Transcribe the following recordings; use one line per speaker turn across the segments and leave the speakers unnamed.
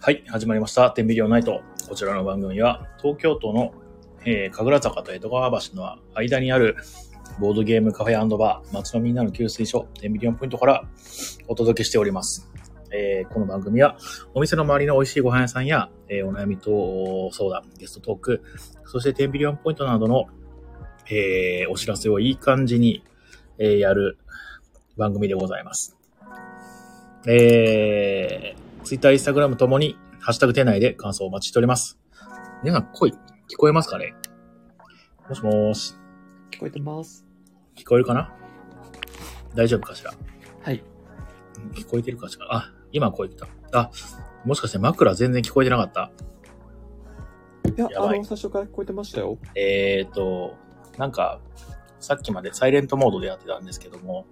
はい、始まりました。天秤リオナイト。こちらの番組は、東京都の、えー、神楽坂と江戸川橋の間にある、ボードゲームカフェバー、街のみんなの給水所、天秤リオンポイントからお届けしております。えーこの番組は、お店の周りの美味しいご飯屋さんや、えーお悩みと相談、ゲストトーク、そして天秤リオンポイントなどの、えーお知らせをいい感じに、えーやる番組でございます。えー、ツイッター、インスタグラムともに、ハッシュタグ店内で感想をお待ちしております。皆さん、声、聞こえますかねもしもーし、
聞こえてます。
聞こえるかな大丈夫かしら
はい。
聞こえてるかしらあ、今声来た。あ、もしかして枕全然聞こえてなかった。
いや、
や
あ
ばい
の、最初から聞こえてましたよ。
えーと、なんか、さっきまでサイレントモードでやってたんですけども、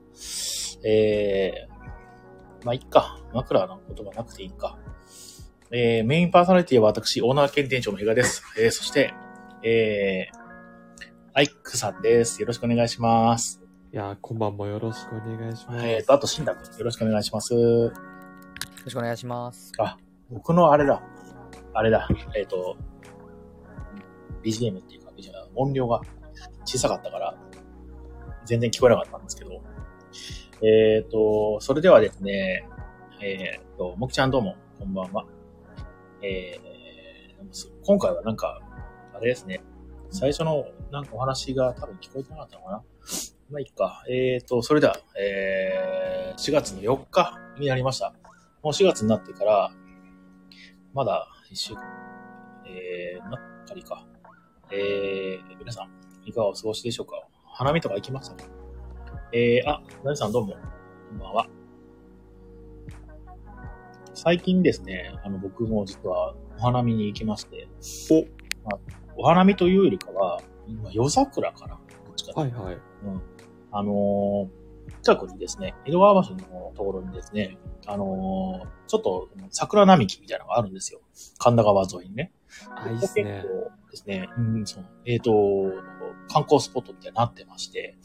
えー、まあ、いっか。枕の言葉なくていいか。えー、メインパーソナリティは私、オーナー兼店長の比嘉です。えー、そして、えー、アイクさんです。よろしくお願いします。
いやー、こんばんもよろしくお願いします。
えーと、あと、シンダ君、よろしくお願いします。
よろしくお願いします。
あ、僕のあれだ。あれだ。えっ、と、BGM っていうか、BGM 音量が小さかったから、全然聞こえなかったんですけど。えっ、と、それではですね、えっ、と、もきちゃんどうも、こんばんは。えー、今回はなんか、あれですね、最初のなんかお話が多分聞こえてなかったのかな。まあ、いいか。えっ、と、それでは、えー、4月の4日になりました。もう4月になってから、まだ1週間、えー、なっかりか。えー、皆さん、いかがお過ごしでしょうか花見とか行きましたかえー、あ、なにさんどうも、こんばんは。最近ですね、あの、僕も実はお花見に行きまして、まあお花見というよりかは、今、夜桜かなどっちかというと
はいはい。
あのー近くにですね、江戸川橋のところにですね、あのーちょっと桜並木みたいなのがあるんですよ。神田川沿いにね。
あ、いいっすね
こ。こ結構ですね、うん、そう。えっ、と、観光スポットみたいになってまして、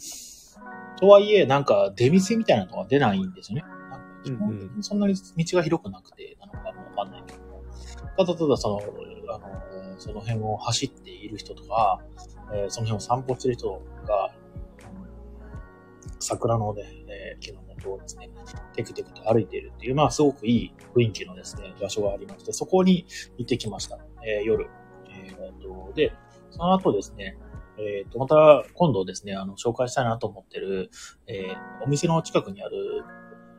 とはいえ、なんか出店みたいなのが出ないんですよね。なんか基本的にそんなに道が広くなくてなのかもわかんないけども、ただただその、あの、その辺を走っている人とか、えーその辺を散歩してる人が、桜のね、えー木の元をですね、テクテクと歩いているっていう、まあすごくいい雰囲気のですね、場所がありまして、そこに行ってきました。えー夜。えーっと、で、その後ですね、えーっと、また今度ですね、あの、紹介したいなと思ってる、えーお店の近くにある、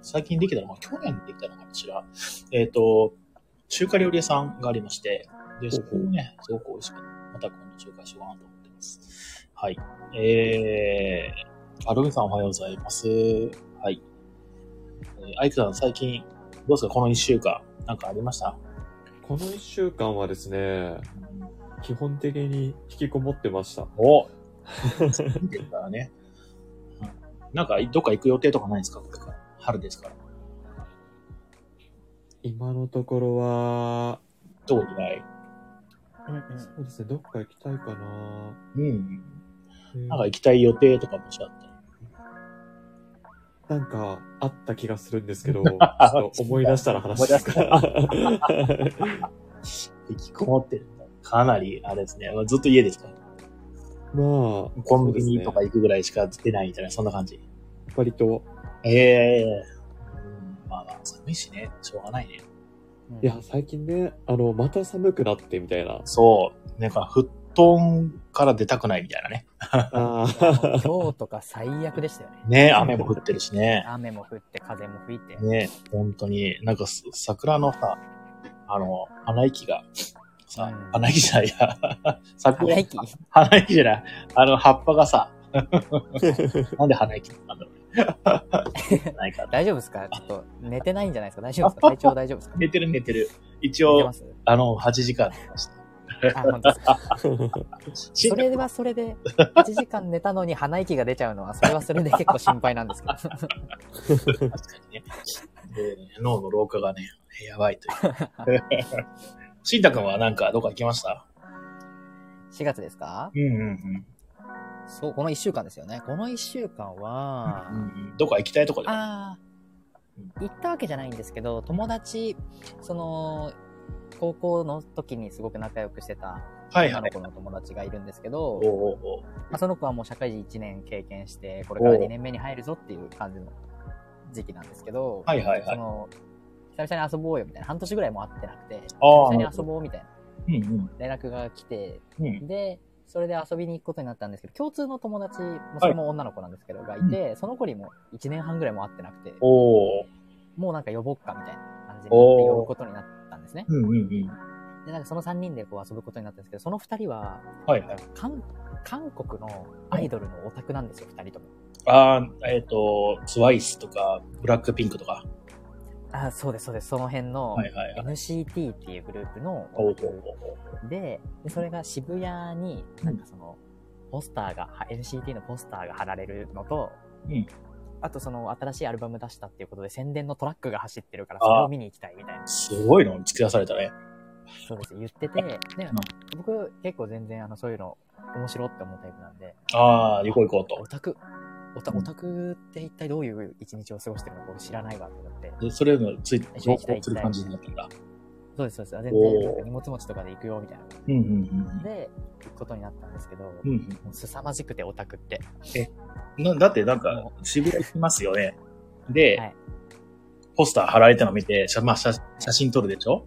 最近できたのが、去年できたのかもしら、えーっと、中華料理屋さんがありまして、で、そこもね、すごく美味しくて、また今度紹介しようかなと思ってます。はい。えー、アルミさんおはようございます。はい。えー、アイクさん最近、どうですかこの一週間、なんかありました
この一週間はですね、基本的に引きこもってました。
お見てるからね。うん なんか、どっか行く予定とかないんですかこれから春ですから。
今のところは、
どこにない
うんうん。
そうですね、どっか行きたいかな。
うん。
うん
なんか行きたい予定とかもしあって。
なんか、あった気がするんです けど、ちょっと思い出したら話しますから。
引きこもってるんだ。かなり、あれですね。ずっと家ですか
まあ、
コンビニと
そう
か行くぐらいしか出ないみたいな、そんな感じ。
ですね割と、
ええうんまあまあ、寒いしね。しょうがないね。。
いや、最近ね、あの、また寒くなってみたいな
そう。なんか、布団から出たくないみたいなね。
あ
もう
ー
今日とか最悪でしたよね。
ね雨も降ってるしね。
雨も降って、風も吹いて。
ね本当に、なんかす桜のさ、あの、花息が、さ、
うん
花息じゃない や、桜、
鼻
花
息
息じゃない、あの、葉っぱが さ、なんで花息なんだろうね。ないかな
大丈夫ですかちょっと寝てないんじゃないですか大丈夫ですか体調大丈夫ですか
寝てる寝てる。一
寝て
応
ま、す
あの、8時間寝ました。
あ、本当ですか。
し
それはそれで、1時間寝たのに鼻息が出ちゃうのは、それはそれで結構心配なんですけど。
確かにね。で脳の老化がね、やばいという。 しんたくんはなんか、どこか行きました
4月ですか
うんうん
そう、この1週間ですよね。この1週間は、
うんうん。どこか行きたいとこでも。
ああ、行ったわけじゃないんですけど、友達、その、高校の時にすごく仲良くしてた
はい
女
は
の
い。
子の友達がいるんですけ
お
ど、
うおうおう
まあ、その子はもう社会人1年経験して、これから
おう
2年目に入るぞっていう感じの時期なんですけど、
はいはいは
そ
い。
の、久々に遊ぼうよみたいな、半年ぐらいも会ってなくて、
あ
久々に
あ
遊、ぼうみたいな
うん
連絡が来て、
うん。うん。
で、それで遊びに行くことになったんですけど、共通の友達、もそれも女の子なんですけど、がいて、その子にも1年半ぐらいも会ってなくて、
おお。
もうなんか呼ぼっかみたいな感じになって
おー
呼ぶことになったんですね。
うんうんうん。
で、なんかその3人でこう遊ぶことになったんですけど、その2人は、
はいはい。
韓韓国のアイドルのオタクなんですよ、2人とも。
ああ、えっ、と、ツワイスとか、ブラックピンクとか。
あ、そうです、そうです。その辺の
はいはいはい。
NCT っていうグループの
おうお
オ
う
タク
おう
で、でそれが渋谷になんかその、ポスターが、は NCT のポスターが貼られるのと、
うん
あとその新しいアルバム出したっていうことで宣伝のトラックが走ってるから、それを見に行きたいみたいな。
すごいの突き出されたね。
そうです。言ってて、で、僕結構全然あの、そういうの面白って思うタイプなんで、
ああ、行こう行こ
オタク、オタオタクって一体どういう一日を過ごしてるのか俺知らないわと思って。
うと。で、それのつい、
行
情
きたい
報する感じになったんだ。
そうです、そうです。あ全
お
然
ー
なんか荷物持ちとかで行くよみたいな感
うんうん
じで、行くことになったんですけど、も
うんうん。うん
う凄まじくてオタクって。
うん。なだってなんか、渋谷行きますよね。で、
はい
ポスター貼られたの見て、写まあ、写写真撮るでしょ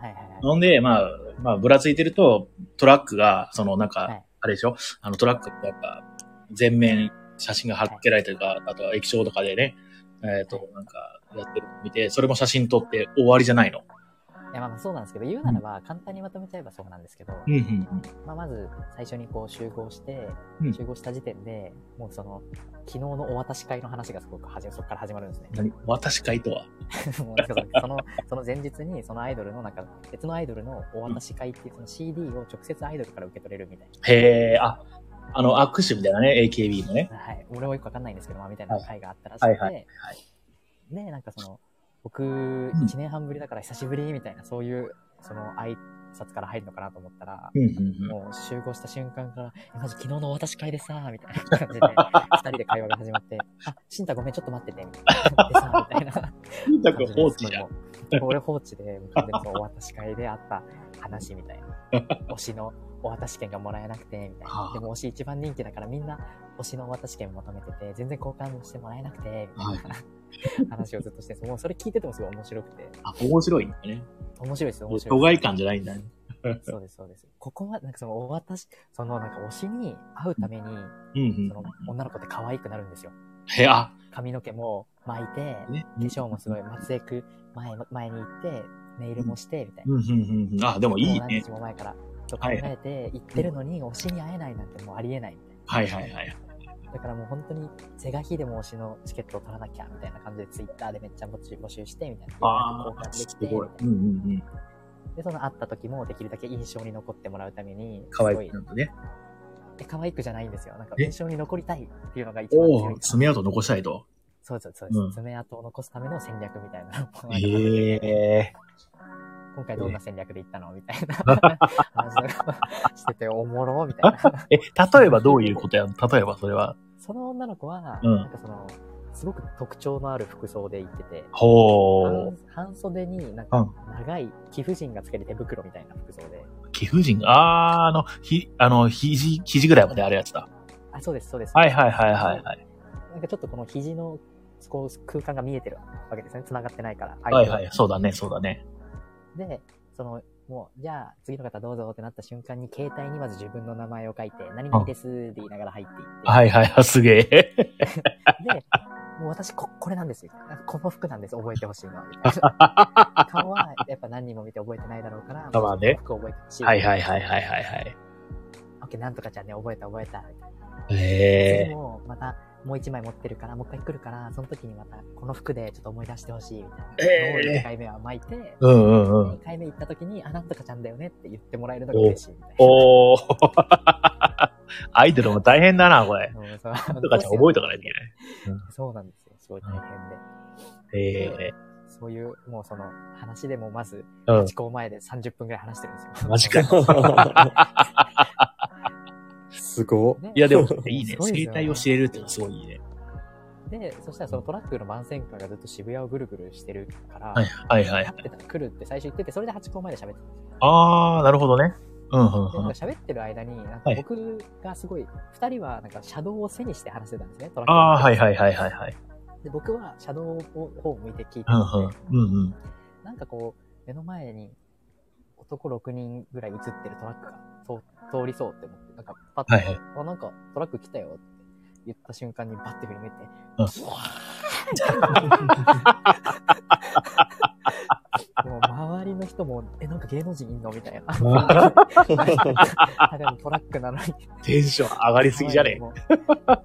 はいはいはい。
ほんで、まあ、まあ、ぶらついてると、トラックが、その、なんか、
はい
あれでしょあの、トラックってやっぱ、全面写真が貼っけられてるか、あとは液晶とかでね、えっ、と、なんか、やってるの見て、それも写真撮って終わりじゃないの。
いやまあまあそうなんですけど、言うならば簡単にまとめちゃえばそうなんですけど、
うん、うん、
まあまず最初にこう集合して
うん、
集合した時点で、もうその、昨日のお渡し会の話がすごく始まそこから始まるんですね。
何私会とは。
もうなんかそのその、その前日にそのアイドルのなんか、別のアイドルのお渡し会っていうその CD を直接アイドルから受け取れるみたい
へえ、あ、あの、握手みたいなね、AKB のね。
な、はい、俺はよくわかんないんですけど、まあみたいな会があったらしくて、
はいはいはい
で、なんかその、僕、1年半ぶりだから久しぶりみたいな、そういう、その挨拶から入るのかなと思ったら、
うん、うん、うん。
もう集合した瞬間から、えマジ昨日のお渡し会でさ、みたいな感じで、二人で会話が始まって、あ、シンタごめん、ちょっと待ってて、みたいな。でさ、みたいな感
ゆうたく
じ
ん
で。
放置じゃん。
すごいもう俺放置で、もう完全にそうお渡し会であった話みたい な。推しのお渡し券がもらえなくて、みたい
あ
な
あ。
でも推し一番人気だからみんな推しのお渡し券求めてて、全然交換してもらえなくて、み
はい。
たいな話をずっとしてて、もうそれ聞いててもすごい面白くて、
あ、面白いんだね。
面白いです、
疎
面白いです
外感じゃないんだ ね。
そうです、そうです。ここは、なんかその、お渡し、その、なんか推しに会うために、
うん、うん
その。女の子って可愛くなるんですよ。
へえ、あ、
髪の毛も巻いて、
ね。
化粧もすごい、松江区前の前に行って、ネイルもして、みたいな。
うん、うん、うん。あ、でもい
もう
い
何
ね
日。も前からと考
はい
えて行ってるのに、推しに会えないなんてもうありえないみたい
はいはいはい。
な。だからもう本当に、是が非でも推しのチケットを取らなきゃ、みたいな感じで、ツイッターでめっちゃ募集募集して、みたいな。
ああ、
交
す
換できて
ごい。うん、うん、うん。
で、その会った時も、できるだけ印象に残ってもらうために、
可愛
すごい
くなるとね。
で可愛くじゃないんですよ。なんか
え
印象に残りたいっていうのが一番
お
強
お
い、。
爪痕残したいと。
そうです、そうです。
うん
爪痕を残すための戦略みたいな。
へえ。
今回どんな戦略でいったのみたい な話とかしてて、おもろみたいな。
え、例えばどういうことやん例えばそれは。
その女の子は、
うん
なんかその、すごく特徴のある服装で行ってて、
ほう
半。半袖にな
うん
んか長い貴婦人がつける手袋みたいな服装で、
貴婦人あー、あの、ひ、あの、肘、肘ぐらいまであるやつだ。
あ、そうです、そうです。
はいはいはいはいはい。
なんかちょっとこの肘のこう空間が見えてるわけですね。繋がってないから。
はいはい。そうだね、そうだね。
で、その、もう、じゃあ、次の方どうぞってなった瞬間に、携帯にまず自分の名前を書いて、何々ですって言いながら入っていって、
はいはいあ、すげえ。
で、もう私こ、これなんですよ。この服なんです。覚えてほしいのは。みたいな 顔は、やっぱ何人も見て覚えてないだろうから、
まあね
服覚えてほし い。
はいはいはいはいはいはい。
オッケー、なんとかちゃんね、覚えた覚えた。みたいな
へ
次
え。
も、また、もう一枚持ってるから、もう一回来るから、その時にまた、この服でちょっと思い出してほしい。みたいな。
えー
1回目は巻いて、
うんうんうん。
2回目行った時に、あ、なんとかちゃんだよねって言ってもらえるのが嬉しいみたいな。
おー。 アイドルも大変だな、これ。
うんそう
とかちゃん覚えとかないとい
そうなんですよ。すごい大変で。
けない。へえ。
そういう、もうその、話でもまず、
うん
八校前で30分ぐらい話してるんですよ。
マジかよ。
すごっ。
ね
いやでも、いいね
す。ごいで
生
すよ ね
態を知れるっていうのはすごいいいね。
で、そしたらそのトラックの番宣会がずっと渋谷をぐるぐるしてるから、
はいはいはいはい。
立ってた来るって最初言ってて、それでハチ公前で喋ってたんですよ。
あー、なるほどね。うんうん
でなん
う
か
ん。
喋ってる間に、なん
は
か
い
僕がすごい、二人はなんか車道を背にして話してたんですね、トラックの
あー、はいはいはいはいはい。
で、僕は車道の方を向いて聞いてて、
うんうん。うんうん。
なんかこう、目の前に男6人ぐらい映ってるトラックが通通りそうって思って、なんかパッと、
はいはい
あ、なんかトラック来たよって言った瞬間にバッて振り向いて、
うん
キワーンもう周りの人も、え、なんか芸能人いんのみたい な。ただのトラックなのに。
テンション上がりすぎじゃね
もうえカメラカ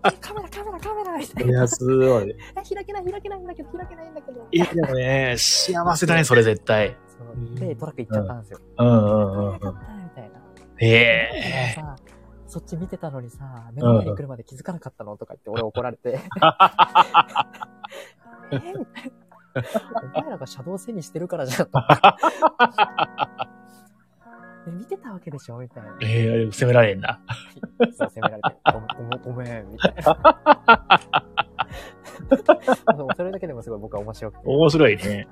メラカメラみた
え
い
い
な。
や、すごい。
え開けない開けないんだけど、開けないんだけど。
いや、でもね、幸せだね、それ絶対。
そうで、トラック行っちゃったんですよ。
うんう
あ
んうん
よ
う
か
ん。
ったみたいな。
へ
で
え。
さそっち見てたのにさ、目の前に来るまで気づかなかったのとか言って俺怒 られて。えみたいなお前らがシャドウ背にしてるからじゃん。 え見てたわけでしょみたいな。
ええ、責められんな。
そう責められて、ごごごめん、みたい な。でもそれだけでもすごい僕は面白くて。
面白いね。
めちゃめちゃ面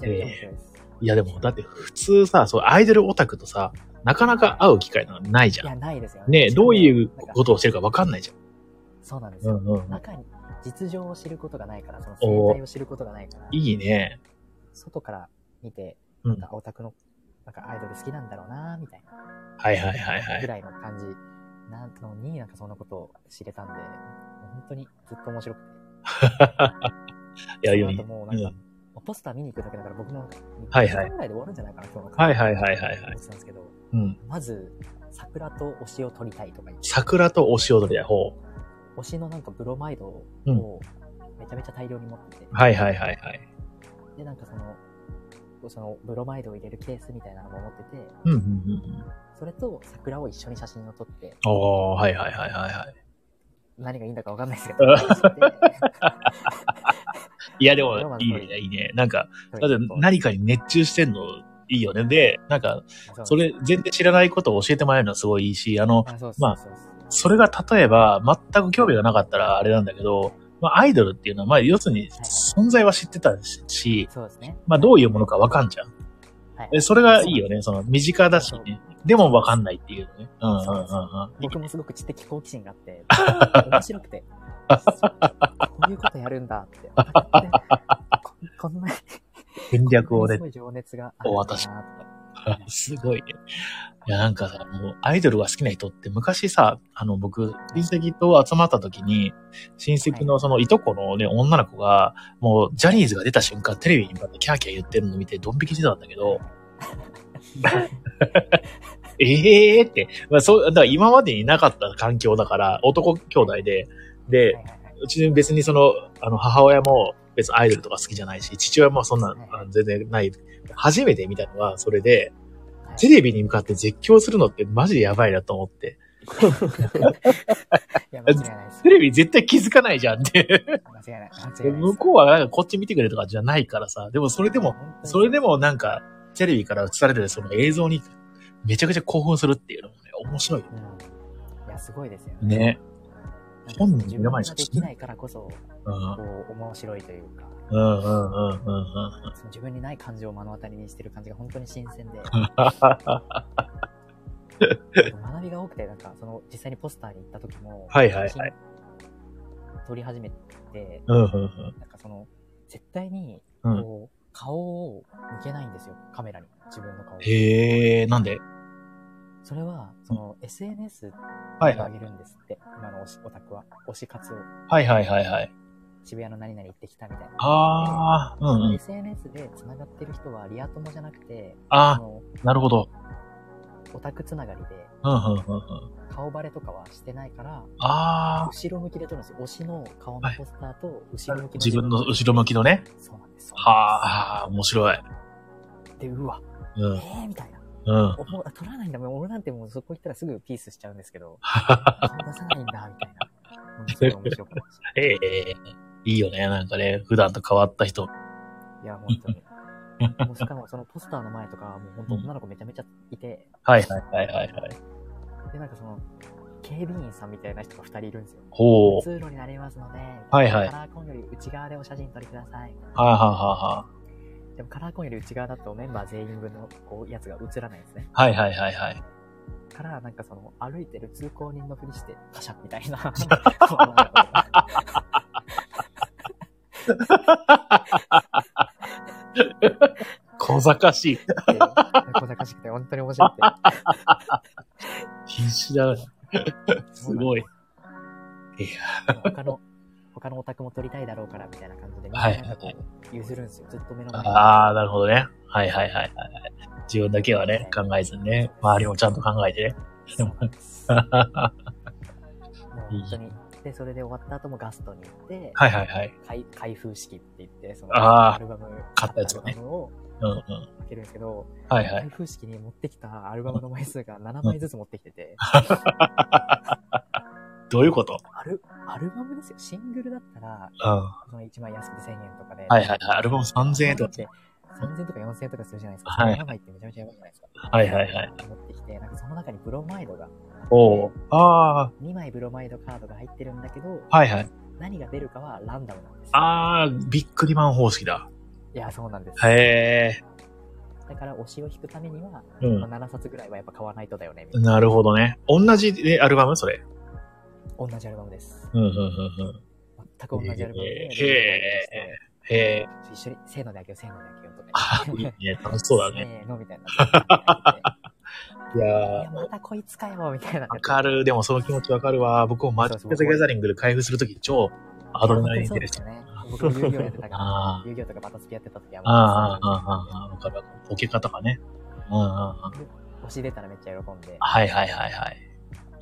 白いです。
いや、でも、だって普通さ、そう、アイドルオタクとさ、なかなか会う機会なんてないじ
い
ゃん。
や、ないですよ
ねえ、
しかも
どういう
なんか
ことをしてるか分かんないじ
そうなんです
ゃん。
よ。
んうん
中に実情を知ることがないから、その
おー
生態を知ることがないから、
いいね。
外から見て、
う
なん
ん。
かオタクの、なんかアイドル好きなんだろうな、みたいな
はいはいはいは
ぐ
い。
らいの感じなのに、なんかそんなことを知れたんで、もう本当にずっと面白くて。
いや、いい
そ
ね
の後。も
う
うなんか、
ん。
ポスター見に行くだけだから僕も、
はいはい
2時間ぐらいで終わるんじゃないかな、今日の
はいはいはいはいはい
思ってたんですけど、
うん。
まず、桜と推しを撮りたいとか言って、
桜とお塩取りだ。ほう。
推しのなんかブロマイド
うん
をめちゃめちゃ大量に持ってて、
はいはいはいはい。
で、なんかその、そのブロマイドを入れるケースみたいなのも持ってて、
うんうんうんうん。
それと桜を一緒に写真を撮って、
おー、はいはいはいはいはい。
何がいいんだかわかんないですけ ど、撮って
いや、で
ロマ
も、
ン
いい
の通り
ね、いいね。なんか、だって何かに熱中してんのいいよね。で、なんか、それ、全然知らないことを教えてもらえるのはすごいいいし、あの、
あそうです
まあ
そうです
それが例えば、全く興味がなかったらあれなんだけど、まあ、アイドルっていうのは、まあ、要するに、存在は知ってたし、
そうですね。
まあ、どういうものかわかんじゃん。
はい
えそれがいいよね。その、身近だしね。でもわかんないっていうね。うんうんうん
そうです
うん。
僕もすごく知的好奇心があって、 面白くて、こういうことやるん だって、ここんな、
戦略を
す
ね
ご、い情熱があ
お
るん
渡し
だなとか。
すごいね。いや、なんかさ、もう、アイドルが好きな人って、昔さ、あの、僕、親戚と集まった時に、親戚のその、いとこのね、女の子が、もう、ジャニーズが出た瞬間、テレビに向かってキャーキャー言ってるの見て、ドン引きしてたんだけど、ええーって、まあ、そう、だから今までになかった環境だから、男兄弟で、で、
はいはいはいう
ち別にその、あの、母親も別にアイドルとか好きじゃないし、父親もそんな、
はい
あの全然ない。初めて見たのは、それで、
はい
テレビに向かって絶叫するのってマジでやばいなと思って。
いや、間違いないです。
テレビ絶対気づかないじゃんって。
間違いない。間違いないです
向こうはなんかこっち見てくれとかじゃないからさ。でもそれでも、、それで
も、
もなんか、テレビから映されてるその映像にめちゃくちゃ興奮するっていうのもね、面白いよ
うんいや、すごいですよね。
ね。
なんか
本人
自
目の前
分が
に写
で
真
きないからこそ、
うん。うん
こう、面白いというか、
うんうんうんうん。
その自分にない感情を目の当たりにしてる感じが本当に新 鮮で。学びが多くて、なんか、その、実際にポスターに行った時も、
はいはいはい
写真撮り始めて、
うんうんうん。
なんかその、絶対に、
うん
こう、顔を向けないんですよ、カメラに。自分の顔を。
へえ、なんで
それは、その、SNS に
はいは
上
い。
げるんですって、今の推しオタクは。推し活を、
はいはいはいはい。
渋谷の何々行ってきたみたいな。
ああ、うんうん。
SNS で繋がってる人は、リア友じゃなくて、そ
あ
の、
あ、なるほど。
オタクつながりで、
うんうんうんうん。
顔バレとかはしてないから、
ああ、
後ろ向きで撮るんですよ。推しの顔の
はい
ポスターと、後ろ向きの
自分の後ろ向きのね。
そうなんです。
はあ、面白い。
い。で、うわ、
う
え
ん、
ーみたいな。
うん。
おもう取らないんだ。もう俺なんてもうそこ行ったらすぐピースしちゃうんです けど、出さないんだ、みたいな。うんすごい面白かったし
ええいいよね。なんかね、普段と変わった人。
いや、本当に。もうしかもそのポスターの前とか、もう本当女の子めちゃめちゃいて、
はいはいはいはいはい。
で、なんかその、警備員さんみたいな人が2人いるんですよ。
ほう。
通路になりますので、
はいはい
カラーコンより内側でお写真撮りください。
はいは
でもカラーコンより内側だとメンバー全員分のこうやつが映らないんですね。
いはいはい。はいはいはいはい。
から、なんかその、歩いてる通行人のふりして、パシャみたいな。こ
小賢しい。
うなんかこうって小賢しくて、本当に面白くて。
必死だな。すごい。
他の、他のオタクも撮りたいだろうから、みたいな感じで、みんな
はい
なんかこう、譲るんですよ。ずっと目の前に。
ああ、なるほどね。はいはいはいはいはい。自分だけはね、考えずにね、周りもちゃんと考えてね。
そうなんです。もう本当に。で、それで終わった後もガストに行って、
はいはいはい。
開開封式って言って、そ
あ
の、
ー
アルバム、
買ったやつをね
アルバムを
うんうん。
開けるんですけど、
はいはい。
開封式に持ってきたアルバムの枚数が7枚ずつ持ってきてて、
どういうこと
アル、アルバムですよ。シングルだったら、
うん。は
その1枚安くて1000円とかで。
いはいはい。アルバム3000円とか。
て。3000円とか4000円とかするじゃないですか。
はい
その7枚ってめちゃめちゃやばいじゃないですか。
はいはいはい。
持ってきて、なんかその中にブロマイドが、
おうあ
2枚ブロマイドカードが入ってるんだけど、
あ、はいはい。
何が出るかはランダムなんですよ。
ああ、ビックリマン方式だ。
いや、そうなんです。
へえ。
だから推しを引くためには、
う
ま
ん。
あ、7冊ぐらいはやっぱ買わないとだよね、みたいな。
なるほどね。同じねアルバムそれ。
同じアルバムです。
うんうんうんうん。
全く同じアルバム
へ
で
ー。へえ。
一緒に、せーのであげよう、せーのであげようと
あ
か
ーいい
言っ
ね。
て。
楽しそうだね。
せーの、みたいな。
いや
い
ー
や、。またこいつかよ、みたい
わ
な。
かる。でもその気持ちわかるわ。僕もマジック・ザ・ギャザリングで開封するとき超アドレナリン出るし。
そうですよね。僕も遊戯王やってたから
あ、
遊戯王とかバタスピやってた時は、
ああ、ああ、ああ、わかるわかる。ポケカとかね。うんうんうん。
押し出たらめっちゃ喜んで。
はいはいはいはい。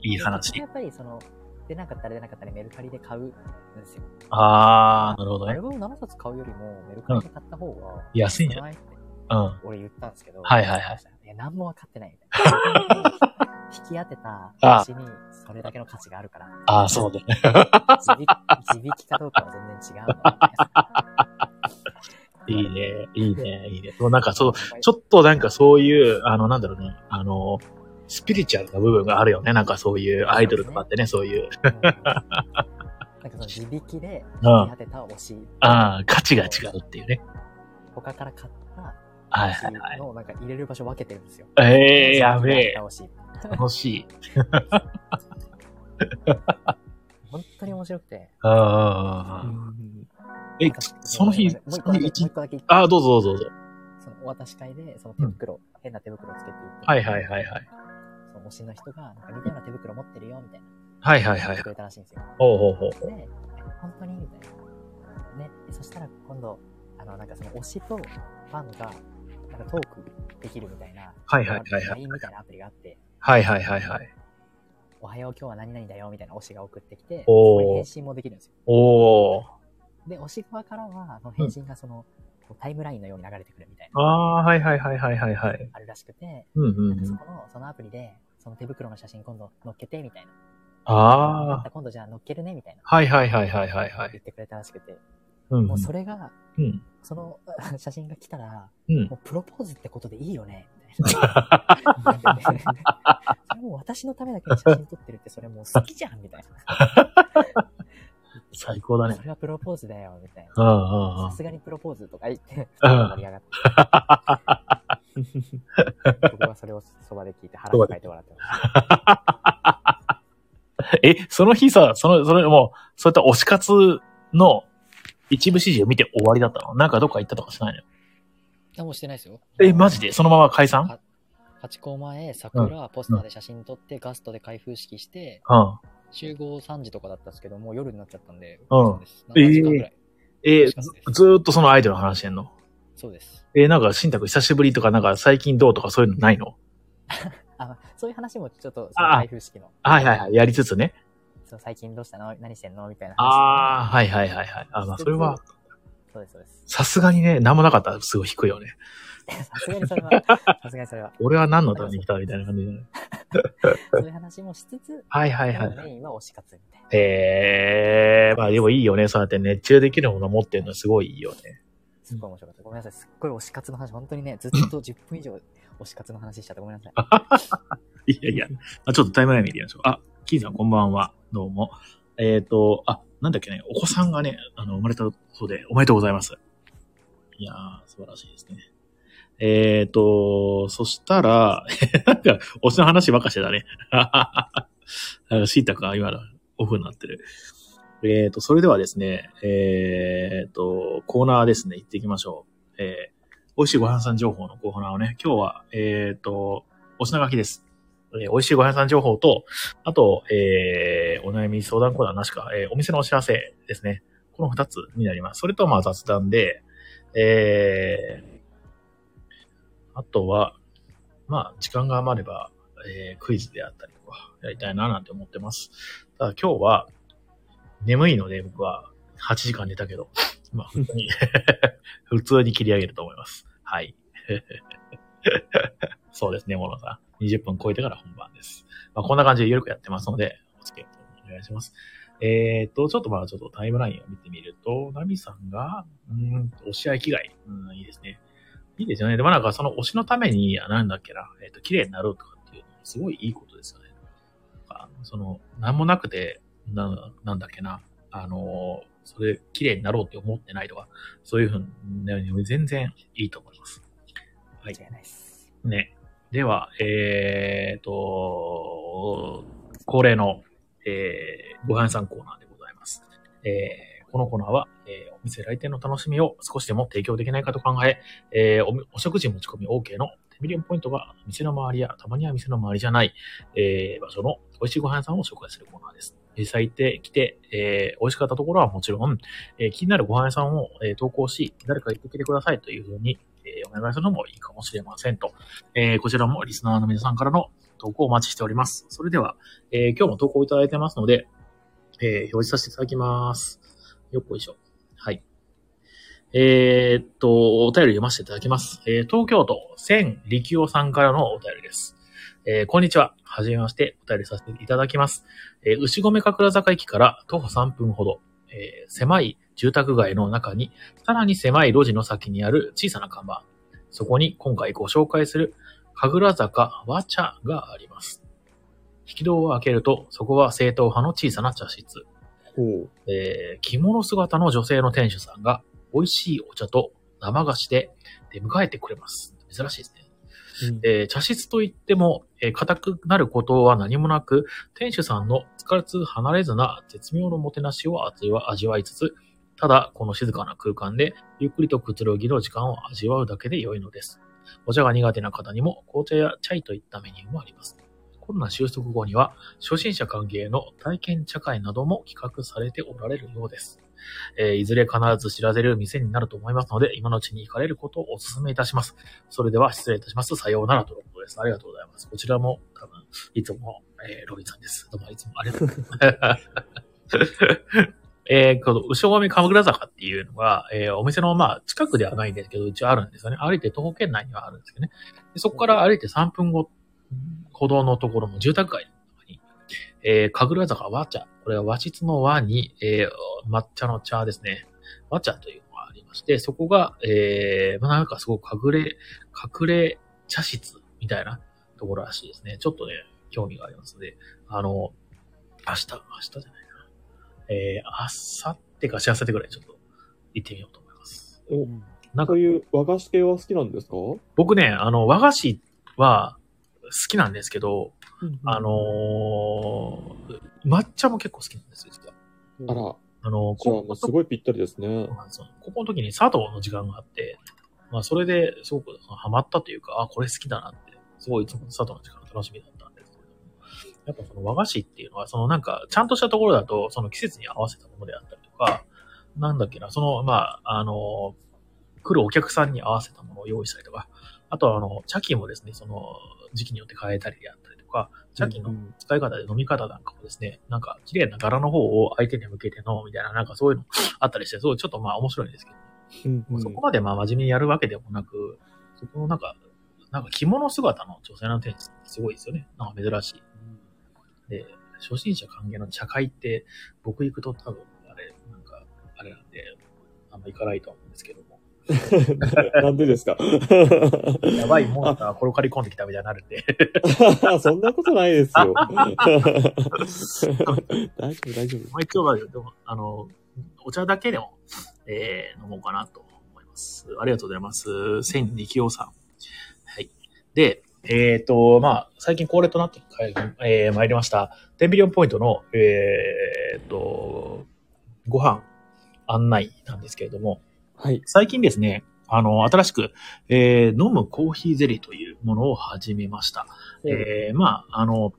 いい話。
やっぱりその、出なかったら出なかったらメルカリで買うんですよ。
ああ、なるほど
ア
ね
ル。バム7冊買うよりも、メルカリで買った方が、
安いんじゃ
ないって
うん。はい
俺言ったんですけど、
はいはいはい。
いや、何も分かってないみたいな。 引き当てた私に、それだけの価値があるから。
ああ、そうね。
自引自引きかどうかは全然違うのみたいな。
いいね。いいね。いいね。そうなんかそう、ちょ
っ
っとなんかそういう、あの、なんだろうね。あの、スピリチュアルな部分があるよね。なんかそういうアイドルとかってね、そういう。
と、うんなんかそ の自引きで
う
引き
ん。
当てた推し、
ああ、価値が違うっていうね。
他から買った
はいはいは
推しのなんか入れる場所分けてるんですよ。
い。ええー、やべえ。
推し
楽しい。
本当に面白くて。
うんうんうんうん。え、その日、
もう一
そ
個
の
だけ、
日
もう
一
一、個だけ、
あ、どうぞどうぞどうぞ。
そのお渡し会で、その手袋、変な手袋つけていって、
はいはいはいはい。
その推しの人が、なんか似たような手袋持ってるよ、みたいな。
はいはいは
言っ
い
て。くれたらしいんですよ。
ほうほうほう。
で、え本当にみたいな。ね、そしたら今度、あの、なんかその推しとファンが、なんかトークできるみたいな、
はいはいはいはい
LINE みたいなアプリがあって、
はいはいはいはい。
おはよう今日は何々だよみたいな推しが送ってきて、そ
おー
こに返信もできるんですよ。
おー。
で、推し側からは、その返信がその、こうタイムラインのように流れてくるみたいな、
ああ、はいはいはいはいはいはい。
あるらしくて、
うんうん
なんか
う
そ
ん。
この、そのアプリで、その手袋の写真今度乗っけてみたいな。
ああ、
今度じゃあ乗っけるねみたいな。
はいはいはいはいはいは
言
い。
ってくれたらしくて、
うん
もうそれが、
うん。
その 写真が来たら、
うん。
もうプロポーズってことでいいよ ね。みたいなそれもう私のためだけに写真撮ってるって、それもう好きじゃんみたい
最高だ
な。
ね
そ。れはプロポーズだよ、みたいな。
うんうんうん
さ。すがにプロポーズとか言って、
うん
盛り上がって。僕はそれをそばで聞いて腹抱えて笑ってまし
え、その日さ、その、それもう、そういった推し活の一部始終を見て終わりだったのなんかどっか行ったとかしないの
た。何もしてないですよ。
え、マジでそのまま解散
あハチ公前、桜、ポスターで写真撮って、ガストで開封式して、
うん。
集合3時とかだったんですけど、もう夜になっちゃったんで、
うん
そうです。7時間ぐらい
え、ずずーっとそのアイドルの話してんの
そうです。
え、なんか、新宅久しぶりとか、なんか、最近どうとかそういうのないの
あ、まあそういう話もちょっと、その
あ
開封式の。
はいはいはい、やりつつね。
そう最近どうしたの何してんのみたいな話。
ああ、はいはいはいはい。あ、まあ、それは、
そうです、そうです。
さすがにね、何もなかったらすごい低いよね。
さすがにそれは、 さすがにそれは。
俺は何のために来たみたいな感じだね。
そういう話もしつつ、
はいはいは
今の
い。
メインは推し活みたいな。
ええー、まあでもいいよね。そうやって熱中できるもの持ってるのすごいいいよね。
すっごい面白かった。ごめんなさい。すっごい推し活の話、本当にね、ずっと10分以上推し活の話しちゃってごめんなさ い。
いやいや、あちょっとタイムライン見てみましょう。あ、昨 T さんこんばんは。どうも。えっ、と、あ、なんだっけね、お子さんがね、あの、生まれたそうで、おめでとうございます。いやー、素晴らしいですね。えっ、と、そしたら、 なんか、推しの話ばっかしてたね。 なんか、シータが今のオフになってる。えっ、と、それではですね、えっ、と、コーナーですね、行っていきましょう。えー、美味しいご飯屋さん情報のコーナーをね、今日は、えっ、と、お品書きです。えー美味しいご飯屋さん情報と、あと、えー、お悩み相談コーナーなしか、えーお店のお知らせですね。この二つになります。それと、まあ、雑談で、えー、あとは、まあ、時間が余れば、えー、クイズであったりとか、やりたいななんて思ってます。ただ、今日は、眠いので、僕は、8時間寝たけど、まあ、普通に、 普通に切り上げると思います。はい。そうですね、モノさん。20分超えてから本番です。まあ、こんな感じで緩くやってますので、お付き合いお願いします。えーっと、ちょっとまだちょっとタイムラインを見てみると、ナミさんが、うーん、お試合着替え。うん、いいですね。いいですよね。でもなんかその推しのために、あなんだっけな、えーっと、綺麗になろうとかっていうのはすごいいいことですよね。なんかその、なんもなくて、な、なんだっけな、あのーそれ、綺麗になろうって思ってないとか、そういうふうに、全然いいと思います。はい
間違いないです。
ね。では、えーと、恒例の、えーご飯屋さんコーナーでございます。えーこのコーナーは、えーお店来店の楽しみを少しでも提供できないかと考え、えーおみお食事持ち込み OK の手ミリオンポイントが店の周りや、たまには店の周りじゃない、えー場所の美味しいご飯屋さんを紹介するコーナーです。実際行ってきて、えー美味しかったところはもちろん、えー気になるご飯屋さんを、えー投稿し、誰か行ってきてくださいというふうに、えーお願いするのもいいかもしれませんと。えーこちらもリスナーの皆さんからの投稿をお待ちしております。それでは、えー今日も投稿いただいてますので、えー表示させていただきます。よっこいしょ。はい。えーっと、お便り読ませていただきます。えー東京都千力夫さんからのお便りです。えーこんにちは。はじめまして、お便りさせていただきます。えー牛込神楽坂駅から徒歩3分ほど、えー狭い住宅街の中に、さらに狭い路地の先にある小さな看板。そこに今回ご紹介する神楽坂和茶があります。引き戸を開けると、そこは正統派の小さな茶室。
ほう。
えー着物姿の女性の店主さんが、美味しいお茶と生菓子で出迎えてくれます。珍しいですね。
うん
えー茶室といっても、えー硬くなることは何もなく、店主さんの疲れず離れずな絶妙のもてなしを味わ味わいつつ、ただ、この静かな空間で、ゆっくりとくつろぎの時間を味わうだけで良いのです。お茶が苦手な方にも、紅茶やチャイといったメニューもあります。コロナ収束後には、初心者歓迎の体験茶会なども企画されておられるようです。えーいずれ必ず知られる店になると思いますので、今のうちに行かれることをお勧めいたします。それでは失礼いたします。さようならとのことです。ありがとうございます。こちらも多分、いつも、えーロビンさんです。どうもいつもありがとう ございます。えーこの、後ろ髪神楽坂っていうのが、えーお店の、まあ、近くではないんですけど、一応あるんですよね。歩いて徒歩圏内にはあるんですけどね。でそこから歩いて3分後、歩道のところの住宅街の中に、えー、神楽坂和茶。これは和室の和に、えー抹茶の茶ですね。和茶というのがありまして、そこが、えー、まあなんかすごく隠れ、隠れ茶室みたいなところらしいですね。ちょっとね、興味がありますので、あの、明日、明日じゃないな。えー、あさってかしあさってぐらいちょっと行ってみようと思います。
お、
ん
なんか
そういう和菓子系は好きなんですか
僕ね、あの、和菓子は好きなんですけど、あのー抹茶も結構好きなんですよ、実は。
あら、
あのー、
じゃあもうすごいぴったりですね
そう。なんですよここの時に佐藤の時間があって、まあそれですごくハマったというか、あ、これ好きだなって、すごいいつも佐藤の時間が楽しみだったんですけども、やっぱその和菓子っていうのは、そのなんか、ちゃんとしたところだと、その季節に合わせたものであったりとか、なんだっけな、その、まあ、あの、来るお客さんに合わせたものを用意したりとか、あとはあの、茶器もですね、その、時期によって変えたりであったりとか、茶器の
うん
使い方で飲み方なんかもですね、なんか綺麗な柄の方を相手に向けて飲むみたいな、なんかそういうの あったりして、すごいちょっとまあ面白いんですけど、
うんうん
そこまでまあ真面目にやるわけでもなく、そこのなんか、なんか着物姿の女性の店主ってすごいですよね。なんか珍しい。で、初心者歓迎の茶会って、僕行くと多分、あれ、なんか、あれなんで、あんま行かないと思うんですけども、
なんでですか
やばいモンスター転がり込んできたみたいになるんで。
そんなことないです よ。大丈夫、大丈夫。
まあ、今日は、でも、あの、お茶だけでも、えー飲もうかなと思います。ありがとうございます。千力王さん。はい。で、えっ、と、まあ、最近恒例となって、えー、参りました。10ビリオンポイントの、えっ、と、ご飯案内なんですけれども、
はい。
最近ですね、あの、新しく、えー飲むコーヒーゼリーというものを始めました。えーまあ、あの、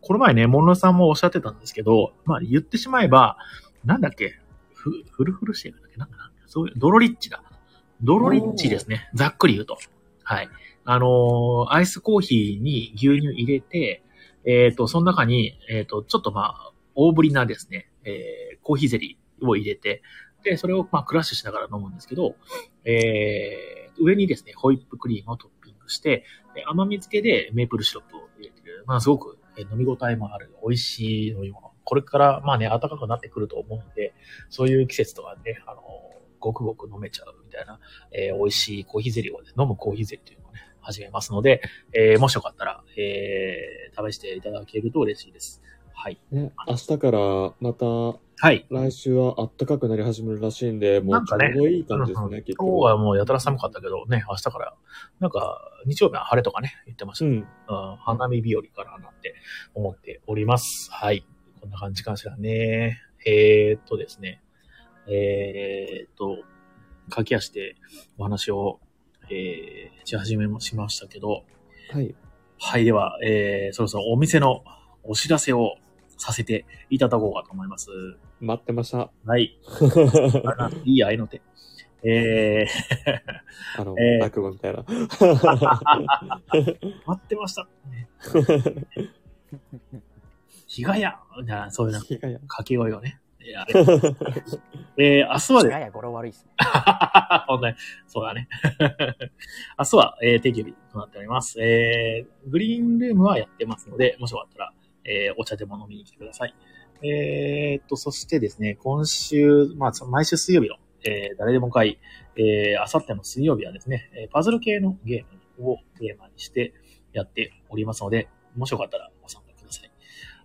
この前ね、モノさんもおっしゃってたんですけど、まあ、言ってしまえば、なんだっけ、ふフルフルシェイクだっけなんかなんだそういう、ドロリッチだ。ドロリッチですね。ざっくり言うと。はい。あのーアイスコーヒーに牛乳入れて、えっ、と、その中に、えっ、と、ちょっとまあ、大ぶりなですね、えーコーヒーゼリーを入れて、で、それをまあ、クラッシュしながら飲むんですけど、えー上にですね、ホイップクリームをトッピングして、で甘み付けでメープルシロップを入れてる。まあ、すごくえー飲み応えもある、美味しい飲み物。これから、まあね、暖かくなってくると思うんで、そういう季節とかね、あの、ごくごく飲めちゃうみたいな、えー美味しいコーヒーゼリーをね、飲むコーヒーゼリーというのをね、始めますので、えーもしよかったら、えー試していただけると嬉しいです。はい。
ね、明日からまた
はい。
来週は暖かくなり始めるらしいんで、も
な
うんちょ
か
う
ね
どいい感じですね、きっ
今日は
と。
もうやたら寒かったけどね、明日から、なんか、日曜日は晴れとかね、言ってました
う
ね
ん。
うん、花見日和かななんて思っております。はい。こんな感じかしらね。えー、っとですね。えー、っと、駆け足でお話を、えー、し始めもしましたけど。
はい。
はい。では、えー、そろそろお店のお知らせをさせていただこうかと思います。
待ってました。
はい。あらいい合いの手。えー、
あの、
えー
落語 みたいな。
待ってました。日がやじゃあそういうなんか
いやいや
掛け声をね。いやあ れえー、明日はです
やや語呂悪いっすね。
そんなそうだね。明日は、えー定休日となっております。えーグリーンルームはやってますので、もしよかったら、えーお茶でも飲みに来てください。えーっと、そしてですね、今週、まあ、そ毎週水曜日の、えー誰でも会、えー、あさっての水曜日はですね、えーパズル系のゲームをテーマにしてやっておりますので、もしよかったらご参加ください。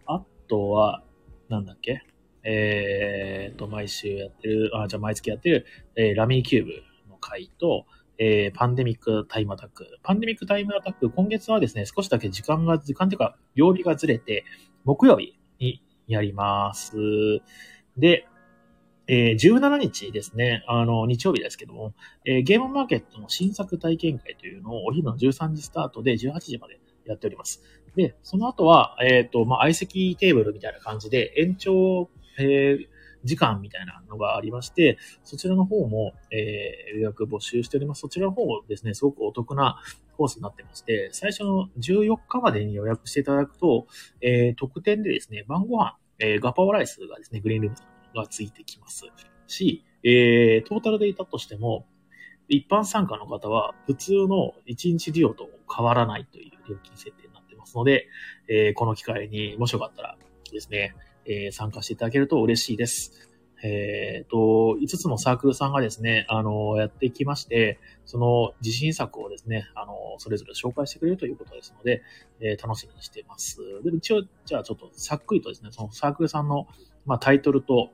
あとは、なんだっけえーっと、毎週やってる、あ、じゃあ毎月やってる、えーラミーキューブの回と、えーパンデミックタイムアタック。パンデミックタイムアタック、今月はですね、少しだけ時間が、時間というか、曜日がずれて、木曜日にやります。で、えー17日ですね、あの、日曜日ですけども、えーゲームマーケットの新作体験会というのをお昼の13時スタートで18時までやっております。で、その後は、えっ、と、まあ、相席テーブルみたいな感じで、延長、えー時間みたいなのがありまして、そちらの方も、えー予約募集しております。そちらの方もですね、すごくお得なコースになってまして、最初の14日までに予約していただくと、えー特典でですね、晩ご飯、えーガパオライスがですね、グリーンルームがついてきます。し、えートータルでいたとしても、一般参加の方は普通の1日利用と変わらないという料金設定になってますので、えーこの機会にもしよかったらですね、えー参加していただけると嬉しいです。えっ、と、5つのサークルさんがですね、あの、やってきまして、その自信作をですね、あの、それぞれ紹介してくれるということですので、えー楽しみにしています。で、一応、じゃあちょっとさっくりとですね、そのサークルさんの、まあ、タイトルと、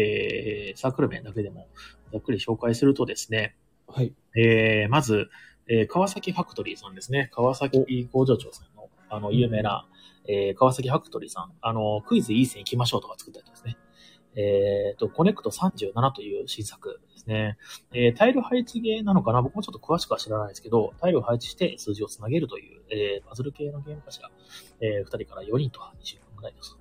えーサークル名だけでも、ざっくり紹介するとですね、
はい。
えーまず、えー川崎ファクトリーさんですね。川崎工場長さんの、あの、有名な、えー川崎ファクトリーさん。あの、クイズいい線行きましょうとか作ったりですね。えっ、と、コネクト37という新作ですね。えータイル配置ゲーなのかな僕もちょっと詳しくは知らないですけど、タイルを配置して数字をつなげるという、えーパズル系のゲームかしら。え2人から4人と20分ぐらいです。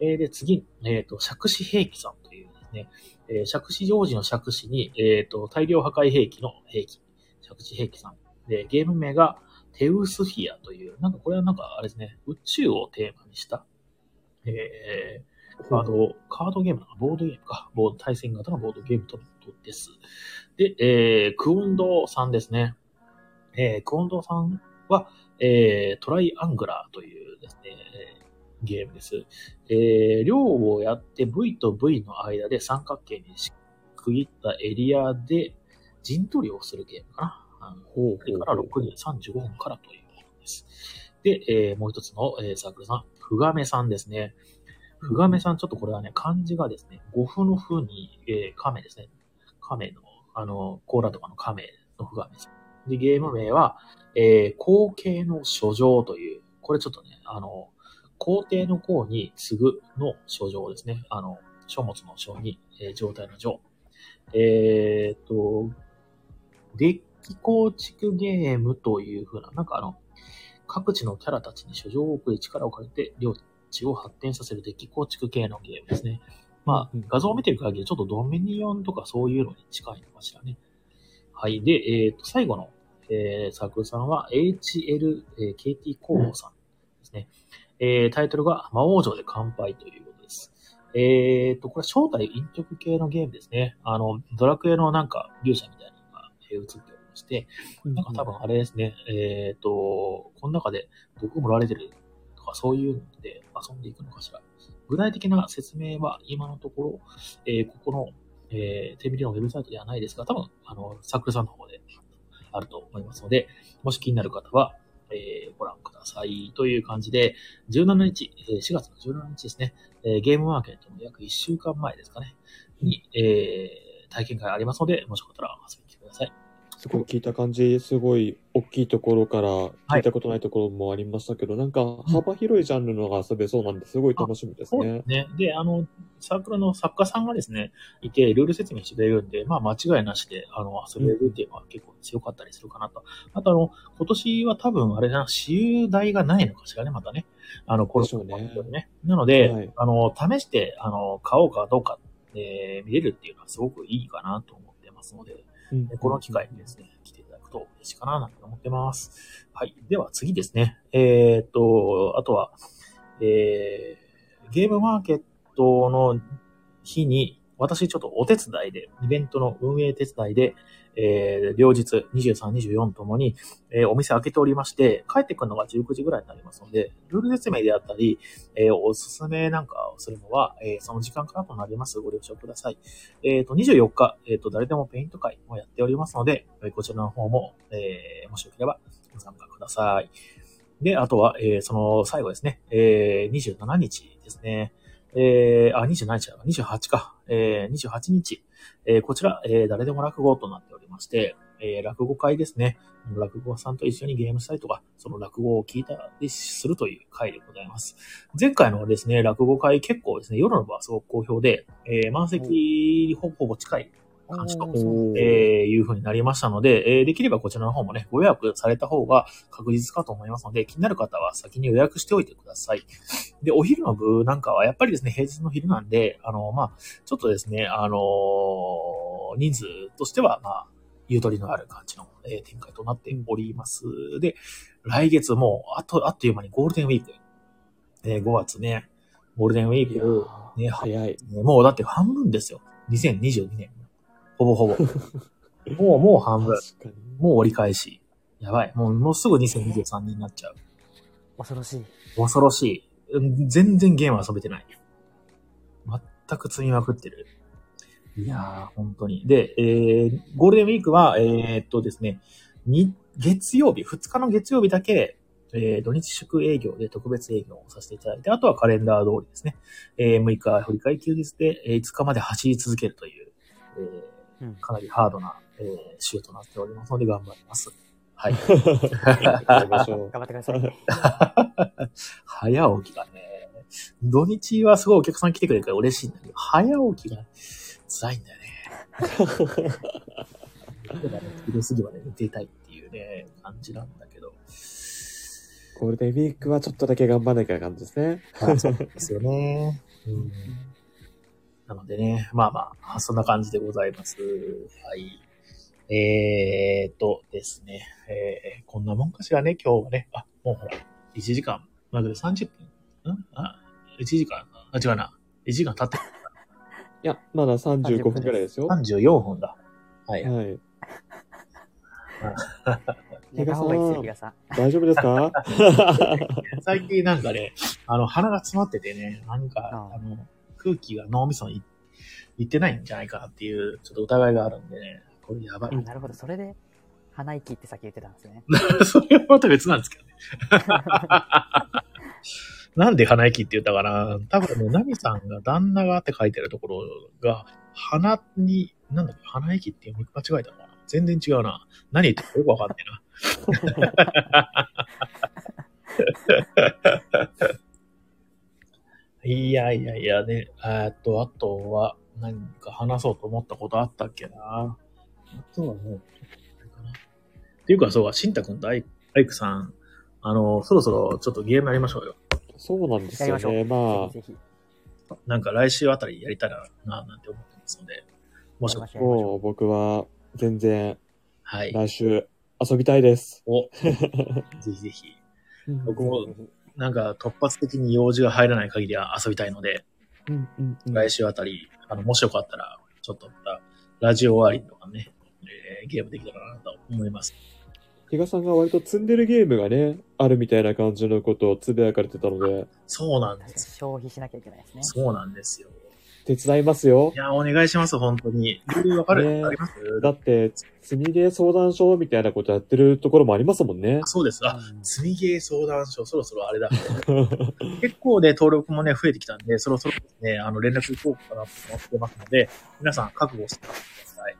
えーで、次、えっ、と、尺子兵器さんというですね、えー、尺子常時の尺子に、えっ、と、大量破壊兵器の兵器、尺子兵器さん。で、ゲーム名が、テウスフィアという、なんかこれはなんかあれですね、宇宙をテーマにした、えー、カード、カードゲームなのか、ボードゲームか、ボード、対戦型のボードゲームとのことです。で、えー、クオンドーさんですね。えー、クオンドーさんは、えー、トライアングラーというですね、えーゲームです。えー、量をやって V と V の間で三角形にし区切ったエリアで、陣取りをするゲームかな。うん
ほ
9
う
時から6時35分からということです。で、えーもう一つの、えーサークルさん、ふがめさんですね。ふがめさん、ちょっとこれはね、漢字がですね、五風の風に、えー、亀ですね。亀の、あの、甲羅とかの亀のふがめさん。で、ゲーム名は、えー、皇帝の書状という、これちょっとね、あの、皇帝の皇に次ぐの書状ですね。あの、書物の書に、えー状態の状。えーっと、デッキ構築ゲームというふうな、なんかあの、各地のキャラたちに書状を送り力を借りて領地を発展させるデッキ構築系のゲームですね。まあ
うん、
画像を見てる限り、ちょっとドミニオンとかそういうのに近いのかしらね。はい。で、えーっと、最後の、えー、サークルさんは HLKT 候補さんですね。えー、タイトルが魔王城で乾杯ということです。えー、と、これは正体隠匿系のゲームですね。あの、ドラクエのなんか勇者みたいなのがえー映っておりまして、なんか多分あれですね、えー、と、この中で毒盛られてるとかそういうので遊んでいくのかしら。具体的な説明は今のところ、えーここの、えー、手ビリのウェブサイトではないですが、多分、あの、サークルさんの方であると思いますので、もし気になる方は、えーご覧ください。という感じで、17日、えー4月の17日ですね、えーゲームマーケットの約1週間前ですかね、に、えー体験会ありますので、もしよかったら遊びに来てください。
すごい聞いた感じ、すごい大きいところから聞いたことないところもありましたけど、なんか幅広いジャンルのが遊べそうなんで、すごい楽しみです
そう
ね。
ですね。で、あの、サークルの作家さんがですね、いて、ルール説明してくれるんで、まあ、間違いなしで、あの、遊べるっていうのは結構強かったりするかなと。あと、あの、今年は多分、あれだな、私有代がないのかしらね、またね。あの、コロナの関係で
でしょう
ね。なので、
はい
あの、試して、あの、買おうかどうか、えー見れるっていうのはすごくいいかなと思ってますので、
うん
この機会にですね、来ていただくと嬉しいかななんて思ってます。はい。では次ですね。えーっと、あとは、えー、ゲームマーケットの日に、私ちょっとお手伝いで、イベントの運営手伝いで、えー、両日23、24ともに、えーお店開けておりまして、帰ってくるのが19時ぐらいになりますので、ルール説明であったり、えーおすすめなんかをするのは、えーその時間からとなります。ご了承ください。えっ、と、24日、えっ、と、誰でもペイント会もやっておりますので、えーこちらの方も、えーもしよければご参加ください。で、あとは、えーその最後ですね、えー27日ですね。えーあ、27日だ、28か。えー28日。えーこちら、えー誰でも落語となっておりまして、えー落語会ですね。落語さんと一緒にゲームしたりとか、その落語を聞いたりするという会でございます。前回のですね、落語会結構ですね、夜の部はすごく好評で、えー満席にほほぼ近い、感じか
おーそう
えーいう風になりましたので、えーできればこちらの方もね、ご予約された方が確実かと思いますので、気になる方は先に予約しておいてください。で、お昼の部なんかはやっぱりですね、平日の昼なんで、あの、まあ、ちょっとですね、あのー人数としては、まあ、ゆとりのある感じの、えー展開となっております。で、来月もう、あと、あっという間にゴールデンウィーク。えー5月ね、ゴールデンウィ
いや
ーク、
ー
ね、
早い。
ねもうだって半分ですよ。2022年。ほぼほぼ。もう、もう半分。
確かに。
もう折り返し。やばい。もう、もうすぐ2023年になっちゃう。
恐ろしい。
恐ろしい。うん全然ゲーム遊べてない。全く積みまくってる。いやー、本当に。で、えー、ゴールデンウィークは、えー、っとですね、に、月曜日、2日の月曜日だけ、えー、土日祝営業で特別営業をさせていただいて、あとはカレンダー通りですね。えー、6日、振り替え休日で、えー5日まで走り続けるという、えー
うん
かなりハードな、えー週となっておりますので、頑張ります。はい。
やりましょう
頑張ってく ださい。
早起きがね、土日はすごいお客さん来てくれるから嬉しいんだけど、早起きが辛いんだよね。昼ね、昼過ぎまで寝ていたいっていうね、感じなんだけど。
ゴールデンウィークはちょっとだけ頑張らなきゃいけない感じですね。
ですよね。うん。なのでね、まあまあ、そんな感じでございます。はい。えーっとですね、えーこんなもんかしらね、今日はね。あ、もうほら、1時間、まだ30分、んあ、1時間、あ、違うな。1時間経って
いや、まだ35分くらいですよ。は
34分だ。はい。
い。
寝た方がいいですよ、日傘。
大丈夫ですか
最近なんかね、あの、鼻が詰まっててね、なんか、
ああ
あの、空気が脳みそにい行ってないんじゃないかなっていう、ちょっと疑いがあるんでね、これやばい。
あなるほど。それで、鼻息ってさっき言ってたんですね。
それはまた別なんですけどね。なんで鼻息って言ったかな多分ね、ナミさんが旦那がって書いてるところが、鼻に、なんだっけ、鼻息って読み間違えたのかな全然違うな。何言ってるかよくわかんないな。 いやいやいやね、えーっと、あとは何か話そうと思ったことあったっけな。あとはもう、あれかなっていうか、そうか、しんたくんとアイアイクさん、あの、そろそろちょっとゲームやりましょうよ。
そうなんです
や
よ
りましょ
ね。
う
まあ、
ぜひぜ
なんか来週あたりやりたいな、なんて思ってますので、もし
ひ。
もし、
やりましょ
もう僕は全然
はい。
来週遊びたいです。
お、ぜひぜひ。
うん
僕
う
も
ぜひぜ
なんか突発的に用事が入らない限りは遊びたいので、
うんうんうん
来週あたり、あの、もしよかったら、ちょっとまた、ラジオ終わりとかね、えーゲームできたらなと思います。
比嘉さんが割と積んでるゲームがね、あるみたいな感じのことをつぶやかれてたので、
そうなん
ひ
で
確かに
す。
消費しなきゃいけないですね。
そうなんですよ。
手伝いますよ
い。や、お願いします、本当に。理由わかる、
ねえ
あります
だって、積みゲー相談所みたいなことやってるところもありますもんね
あ。そうです。あ、
うん
積みゲー相談所、そろそろあれだ。結構ね、登録もね、増えてきたんで、そろそろですね、あの、連絡行こうかなと思ってますので、皆さん覚悟してくださ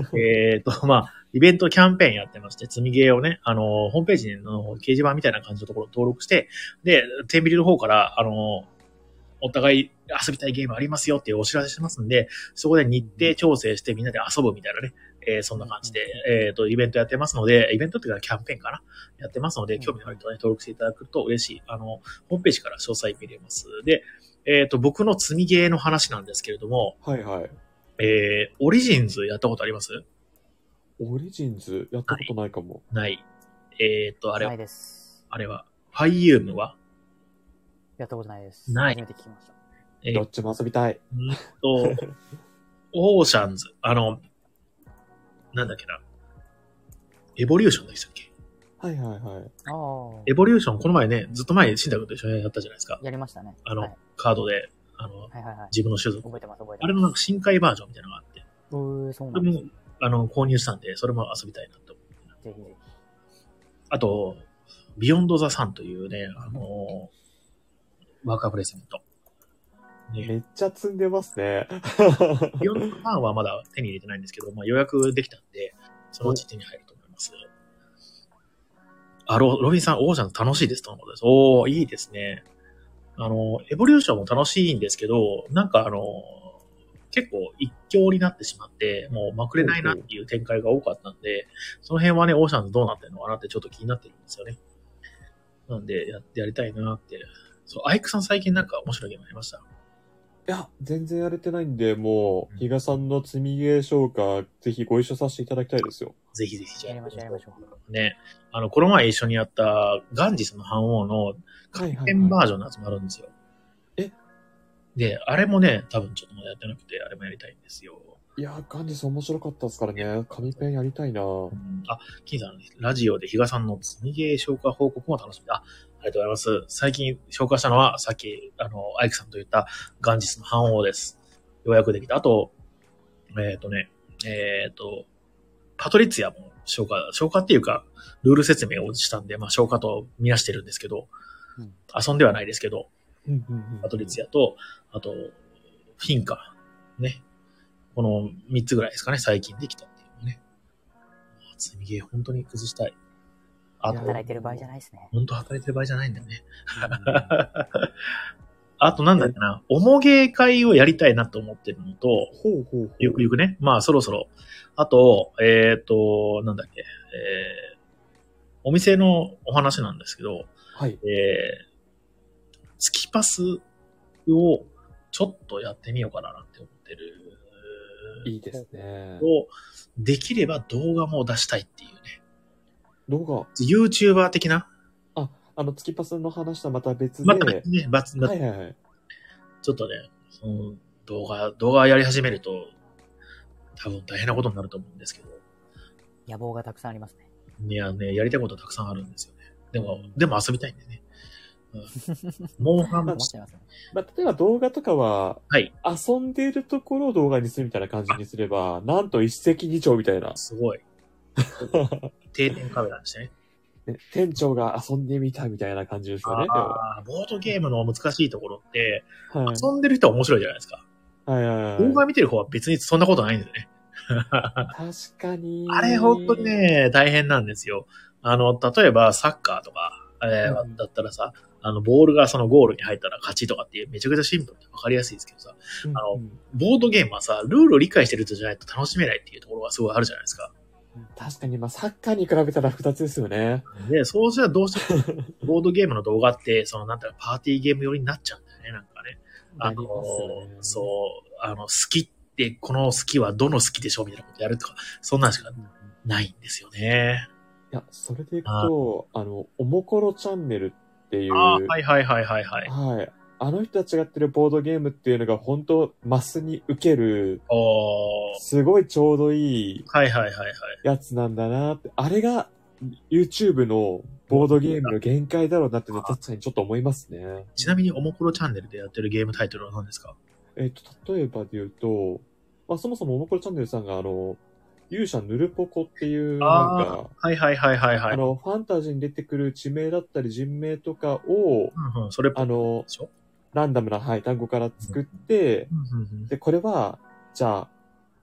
い。えっと、まあ、イベントキャンペーンやってまして、積みゲーをね、あの、ホームページの掲示板みたいな感じのところを登録して、で、テンビリの方から、あの、お互い遊びたいゲームありますよっていうお知らせしてますんで、そこで日程調整してみんなで遊ぶみたいなね、えーそんな感じで、えっ、と、イベントやってますので、イベントっていうかキャンペーンかなやってますので、興味のある人はね、登録していただくと嬉しい。あの、ホームページから詳細見れます。で、えっ、と、僕の積みゲーの話なんですけれども、
はいはい。
えー、オリジンズやったことあります
オリジンズやったことないかも。
ない。えっ、と、あれ
な、
はい
です。
あれは、ファイユームは
やったことないです。
ない
初めて聞きました。
え
ど
ーっ
っちも遊びたい。
と、オーシャンズ、あの、なんだっけな。エボリューションでしたっけ
はいはいはい。
あ
エ
あ。
ボリューション、この前ね、ずっと前、新宅と一緒にやったじゃないですか。
やりましたね。
あの、
はい
カードで、あの、
はいはいはい。
自分の種族。
覚えてます覚えてます。
あれのなんか深海バージョンみたいなのがあって、
うーそ
そ
う
れ
なんです
も、あの、購入したんで、それも遊びたいなと。
ぜひぜ
あと、ビヨンドザサンというね、あの、ワーカープレイスメント。ね
めっちゃ積んでますね。
ビヨンドザサンはまだ手に入れてないんですけど、まあ、予約できたんで、そのうち手に入ると思います。あ、ロロビンさん、オーシャンズ楽しいですとのことです。おー、いいですね。あの、エボリューションも楽しいんですけど、なんかあの、結構一強になってしまって、もうまくれないなっていう展開が多かったんで、その辺はね、オーシャンズどうなってるのかなってちょっと気になってるんですよね。なんで、やってやりたいなって。そう、アイクさん最近なんか面白いゲームありました
いや、全然やれてないんで、もう、比嘉さんの積みゲー消化、ぜひご一緒させていただきたいですよ。
ぜひぜひじ
ひ。
ゃあ
やりましょうやりましょう。
ね、あの、この前一緒にやったガンジスの反王の
はいは
ペンバージョンのやつもあるんですよ。
え
で、あれもね、多分ちょっとまだやってなくて、あれもやりたいんですよ。
いや、ガンジス面白かったですからね。紙ペンやりたいな
うんあ、金さん、ラジオで比嘉さんの積みゲー消化報告も楽しみだ。あありがとうございます。最近消化したのは、さっき、あの、アイクさんと言ったガンジスの反王です。ようやくできた。あと、えっ、とね、えっ、と、パトリツィアも消化、消化っていうか、ルール説明をしたんで、まあ消化と見なしてるんですけど、
うん
遊んではないですけど、
うんうんうん
パトリツィアと、あと、フィンカ。ね。この3つぐらいですかね、最近できたっていうのね。積みゲー、本当に崩したい。あと、
働いてる場合じゃないですね。
本当働いてる場合じゃないんだよね。
うん
あと、なんだっけな、おもげ会をやりたいなと思ってるのと、
ほうほうほう。
ゆくゆくね。まあ、そろそろ。あと、えっ、と、なんだっけ、えー、お店のお話なんですけど、
はい。
えー、月パスをちょっとやってみようかななんて思ってる。
いいですね。
を、できれば動画も出したいっていうね。
動
YouTuber 的な
画、あ、あの、月パスの話とはまた別で、
またね、バツ
はいはいはい。
ちょっとね、その動画、動画やり始めると、多分大変なことになると思うんですけど。
野望がたくさんありますね。
いやね、やりたいことたくさんあるんですよね。でも、でも遊びたいんでね。 モンハン
困っ
も、
ちゃいますね。
まあ、例えば動画とかは、
はい
遊んでいるところを動画にするみたいな感じにすれば、なんと一石二鳥みたいな。
すご い。定点カメラでしたね。
ね店長が遊んでみたみたいな感じですよね。要は
ああ、ボードゲームの難しいところって、
はい。
遊んでる人は面白いじゃないですか。
はいはい
動
は
画見てる方は別にそんなことないんですよね。
い。確かに。
あれ本当に。ね、大変なんですよ。あの、例えばサッカーとか、えー
うん
だったらさ、あの、ボールがそのゴールに入ったら勝ちとかっていうめちゃくちゃシンプルでわかりやすいですけどさ、あの
うん
ボードゲームはさ、ルールを理解してる人じゃないと楽しめないっていうところがすごいあるじゃないですか。
確かに、まあ、サッカーに比べたら複雑ですよね。
で、そうしたらどうしても、 ボードゲームの動画って、その、なんだろう、パーティーゲーム寄りになっちゃうんだよね、なんかね。あの、
う。
そう、あの、好きって、この好きはどの好きでしょうみたいなことやるとか、そんなんしかないんですよね。
いや、それでいくと、あの、おもころチャンネルっていう、
ああ、はいはいはいはいはい。
はい。あの人たちがやってるボードゲームっていうのが本当マスに受ける、
おー
すごいちょうどいい
はいはいはいはい。
やつなんだなって、あれが YouTube のボードゲームの限界だろうなってのは確かにちょっと思いますね。
ちなみに、おもころチャンネルでやってるゲームタイトルは何ですか
えっ、と、例えばで言うと、まあそもそもおもころチャンネルさんがあの、勇者ぬるぽこっていう、なん
あ
か、
はいはいはいはいは
あ
い。
の、ファンタジーに出てくる地名だったり人名とかを、
うんうん、それっぽ
あ
いで
の、
しょ
ランダムな、はい、単語から作って、
うんうんうん
で、これは、じゃあ、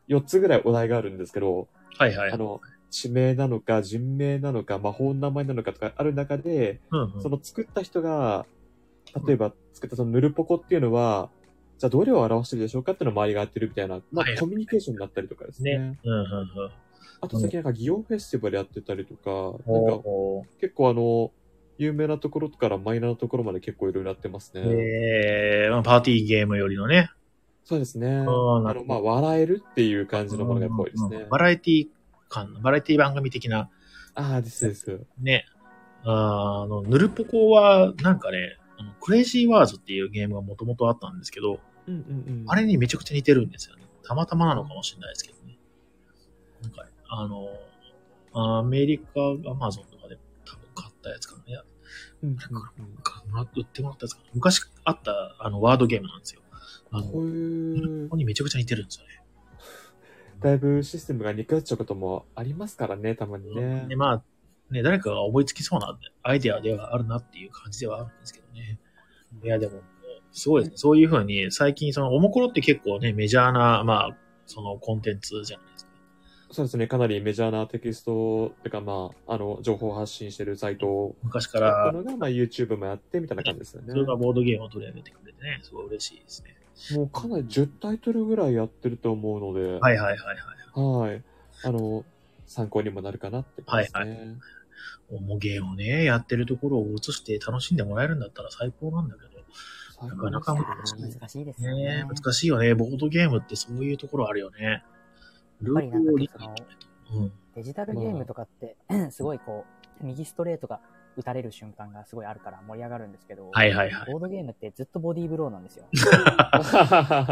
4つぐらいお題があるんですけど、
はいはい。
あの、地名なのか、人名なのか、魔法の名前なのかとかある中で、
うんうん
その作った人が、例えば作ったそのぬるぽこっていうのは、じゃあどれを表してるでしょうかっていうのを周りがやってるみたいな、ま
は
あ
い
コミュニケーションになったりとかですね。
ね。うんうんうん。
あと最近なんか祇園フェスティバルやってたりとか、なんか
おー
結構あの、有名なところからマイナーなところまで結構いろいろやってますね。
えーまあパーティーゲームよりのね。
そうですね。あ
ーなる
の、まあ笑えるっていう感じのものがやっぱ多いです
うんう
ね
ん。バラエティ感、バラエティ番組的な、
ああ、ですです。
ね。あーあの、ぬるぽこは、なんかね、あのクレイジーワーズっていうゲームがもともとあったんですけど、
うんうんうん。
あれにめちゃくちゃ似てるんですよね。たまたまなのかもしれないですけどね。なんか、あの、アメリカ、アマゾンとかで多分買ったやつかな。いや、
うんうん
かもらっ売ってもらったやつかな。昔あった、あの、ワードゲームなんですよ。あの、こ
うん。こう
こ
いう、
にめちゃくちゃ似てるんですよね。
だいぶシステムが似通っちゃうこともありますからね、たまにね
で、。まあ、ね、誰かが思いつきそうなアイデアではあるなっていう感じではあるんですけどね。いや、でも、すごいですね。そういうふうに、最近、その、おもころって結構ね、メジャーな、まあ、その、コンテンツじゃないですか。
そうですね、かなりメジャーなテキスト、てかまあ、あの、情報発信してるサイトを、
昔か
やった
ら、
のが、まあ、YouTube もやってみたいな感じですよね
そ。れがボードゲームを取り上げてくれてね、すごい嬉しいですね。
もうかなり10タイトルぐらいやってると思うので、
はいはいはいはい。
はい。あの、参考にもなるかなって感じですね。
はいおもげをね、やってるところを映して楽しんでもらえるんだったら最高なんだけど、
最
なか
高
なか
です ね
難しいですよ
ね
ね。
難しいよね。ボードゲームってそういうところあるよね。ルールを理解しないと。うん。
デジタルゲームとかって、すごいこう、右ストレートが打たれる瞬間がすごいあるから盛り上がるんですけど、
はいはいはい。
ボードゲームってずっとボディーブローなんですよ。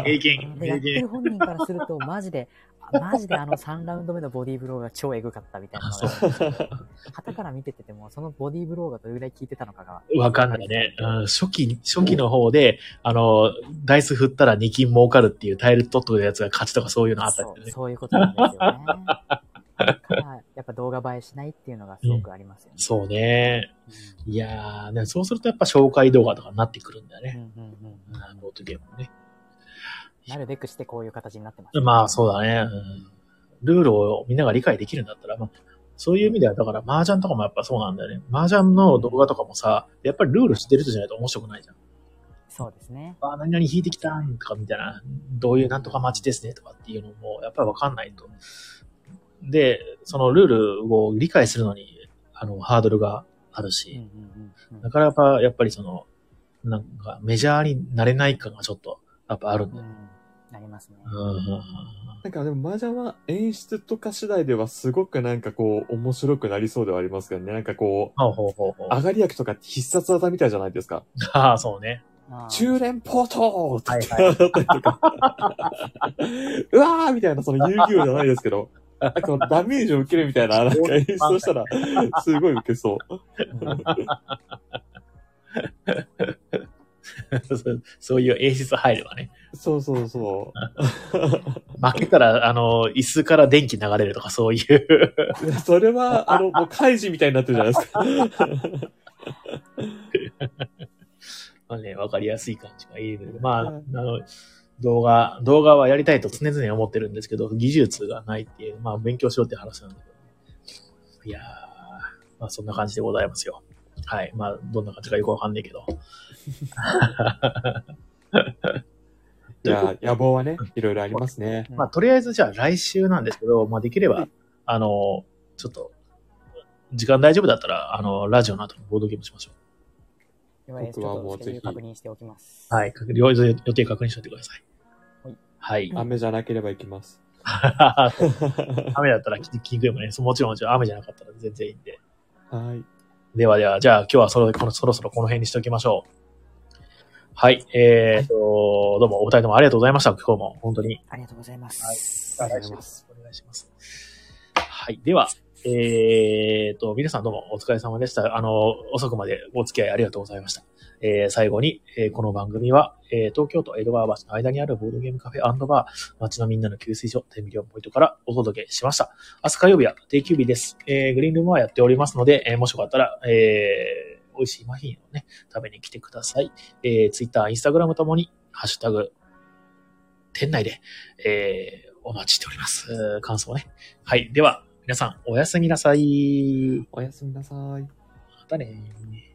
経験、
で
経
やってる
験。
本人からすると、マジで、あマジであの3ラウンド目のボディーブローが超エグかったみたいな
あ
の
そ
が
う。
旗から見ててても、そのボディーブローがどれぐらい効いてたのかが。
わかんないね。うん、初期、初期の方で、あの、ダイス振ったら2金儲かるっていうタイル取っとくやつが勝ちとかそういうのあった
そ
り
う
ね。
そういうことなんですよね。だから、やっぱ動画映えしないっていうのがすごくありますよね。
そうね。いやー、ね、そうするとやっぱ紹介動画とかになってくるんだよ
うん
ね。
うんうんうん
うん、ボートゲームもね。
なるべくしてこういう形になってます。
まあ、そうだね、うん。ルールをみんなが理解できるんだったら、まあ、そういう意味では、だから、麻雀とかもやっぱそうなんだよね。麻雀の動画とかもさ、やっぱりルール知ってる人じゃないと面白くないじゃん。
そうですね。
あ、何々引いてきたんとかみたいな、どういうなんとか待ちですねとかっていうのも、やっぱりわかんないと。で、そのルールを理解するのに、あの、ハードルがある
うんう
し、
んうん
なかなかやっぱりその、なんかメジャーになれない感がちょっと、やっぱあるん
う
だ
んう
よ。
んなりますね。
うん
なんかでも麻雀は演出とか次第ではすごくなんかこう面白くなりそうではありますけどね。なんかこう、
ほうほうほうほう。
上がり役とかって必殺技みたいじゃないですか。
ああ、そうね。
あー
中連ポートー
はい
とか、
は
うわーみたいなその遊戯王じゃないですけど、なんかこのダメージを受けるみたいな、なんか演出をしたら、すごい受けそう。
うん
そうそういう演出入ればね。
そうそうそう。
負けたら、あの、椅子から電気流れるとかそういう。
いやそれは、あの、もう開示みたいになってるじゃないですか。
まあね、わかりやすい感じがいいので、まあ、あの、動画、動画はやりたいと常々思ってるんですけど、技術がないっていう、まあ、勉強しようっていう話なんだけど。いやー、まあ、そんな感じでございますよ。はい。まあ、どんな感じかよくわかんないけど。
いや、野望はね、いろいろありますね。
まあ、とりあえずじゃあ来週なんですけど、まあ、できれば、
は
あの、ちょっと、時間大丈夫だったら、あの、ラジオの後にボードゲームしましょ
今ねち
僕はも
ょ
う
っとスケジュー
ぜひ
ル確認しておきます。
う。はい。確予予定確認しておいてください。はい。
雨じゃなければ行きます。
はい。
は
雨だったら聞きにくいもんね。そうもちろん、もちろん雨じゃなかったら全然いいんで。
い。
ではでは、じゃあ今日はそろこのそろそろこの辺にしておきましょう。はい。えー、と、どうもお二人ともありがとうございました。今日も本当に。
ありがとうございます。
お
あり
願
が
い
とうご
し
ざい
ま。
ます
お願いします。はい。では、えー、と、皆さんどうもお疲れ様でした。あの、遅くまでお付き合いありがとうございました。えー、最後に、えーこの番組は、えー東京都江戸川橋の間にあるボードゲームカフェバー、街のみんなの給水所、天秤ポイントからお届けしました。明日火曜日は定休日です。えー、グリーンルームはやっておりますので、えーもしよかったら、えー、美味しいマフィンをね、食べに来てください。えー、ツイッター、インスタグラムともに、ハッシュタグ、店内で、えー、お待ちしております。えー感想をね。はい。では、皆さん、おやすみなさい。
おやすみなさい。
またねー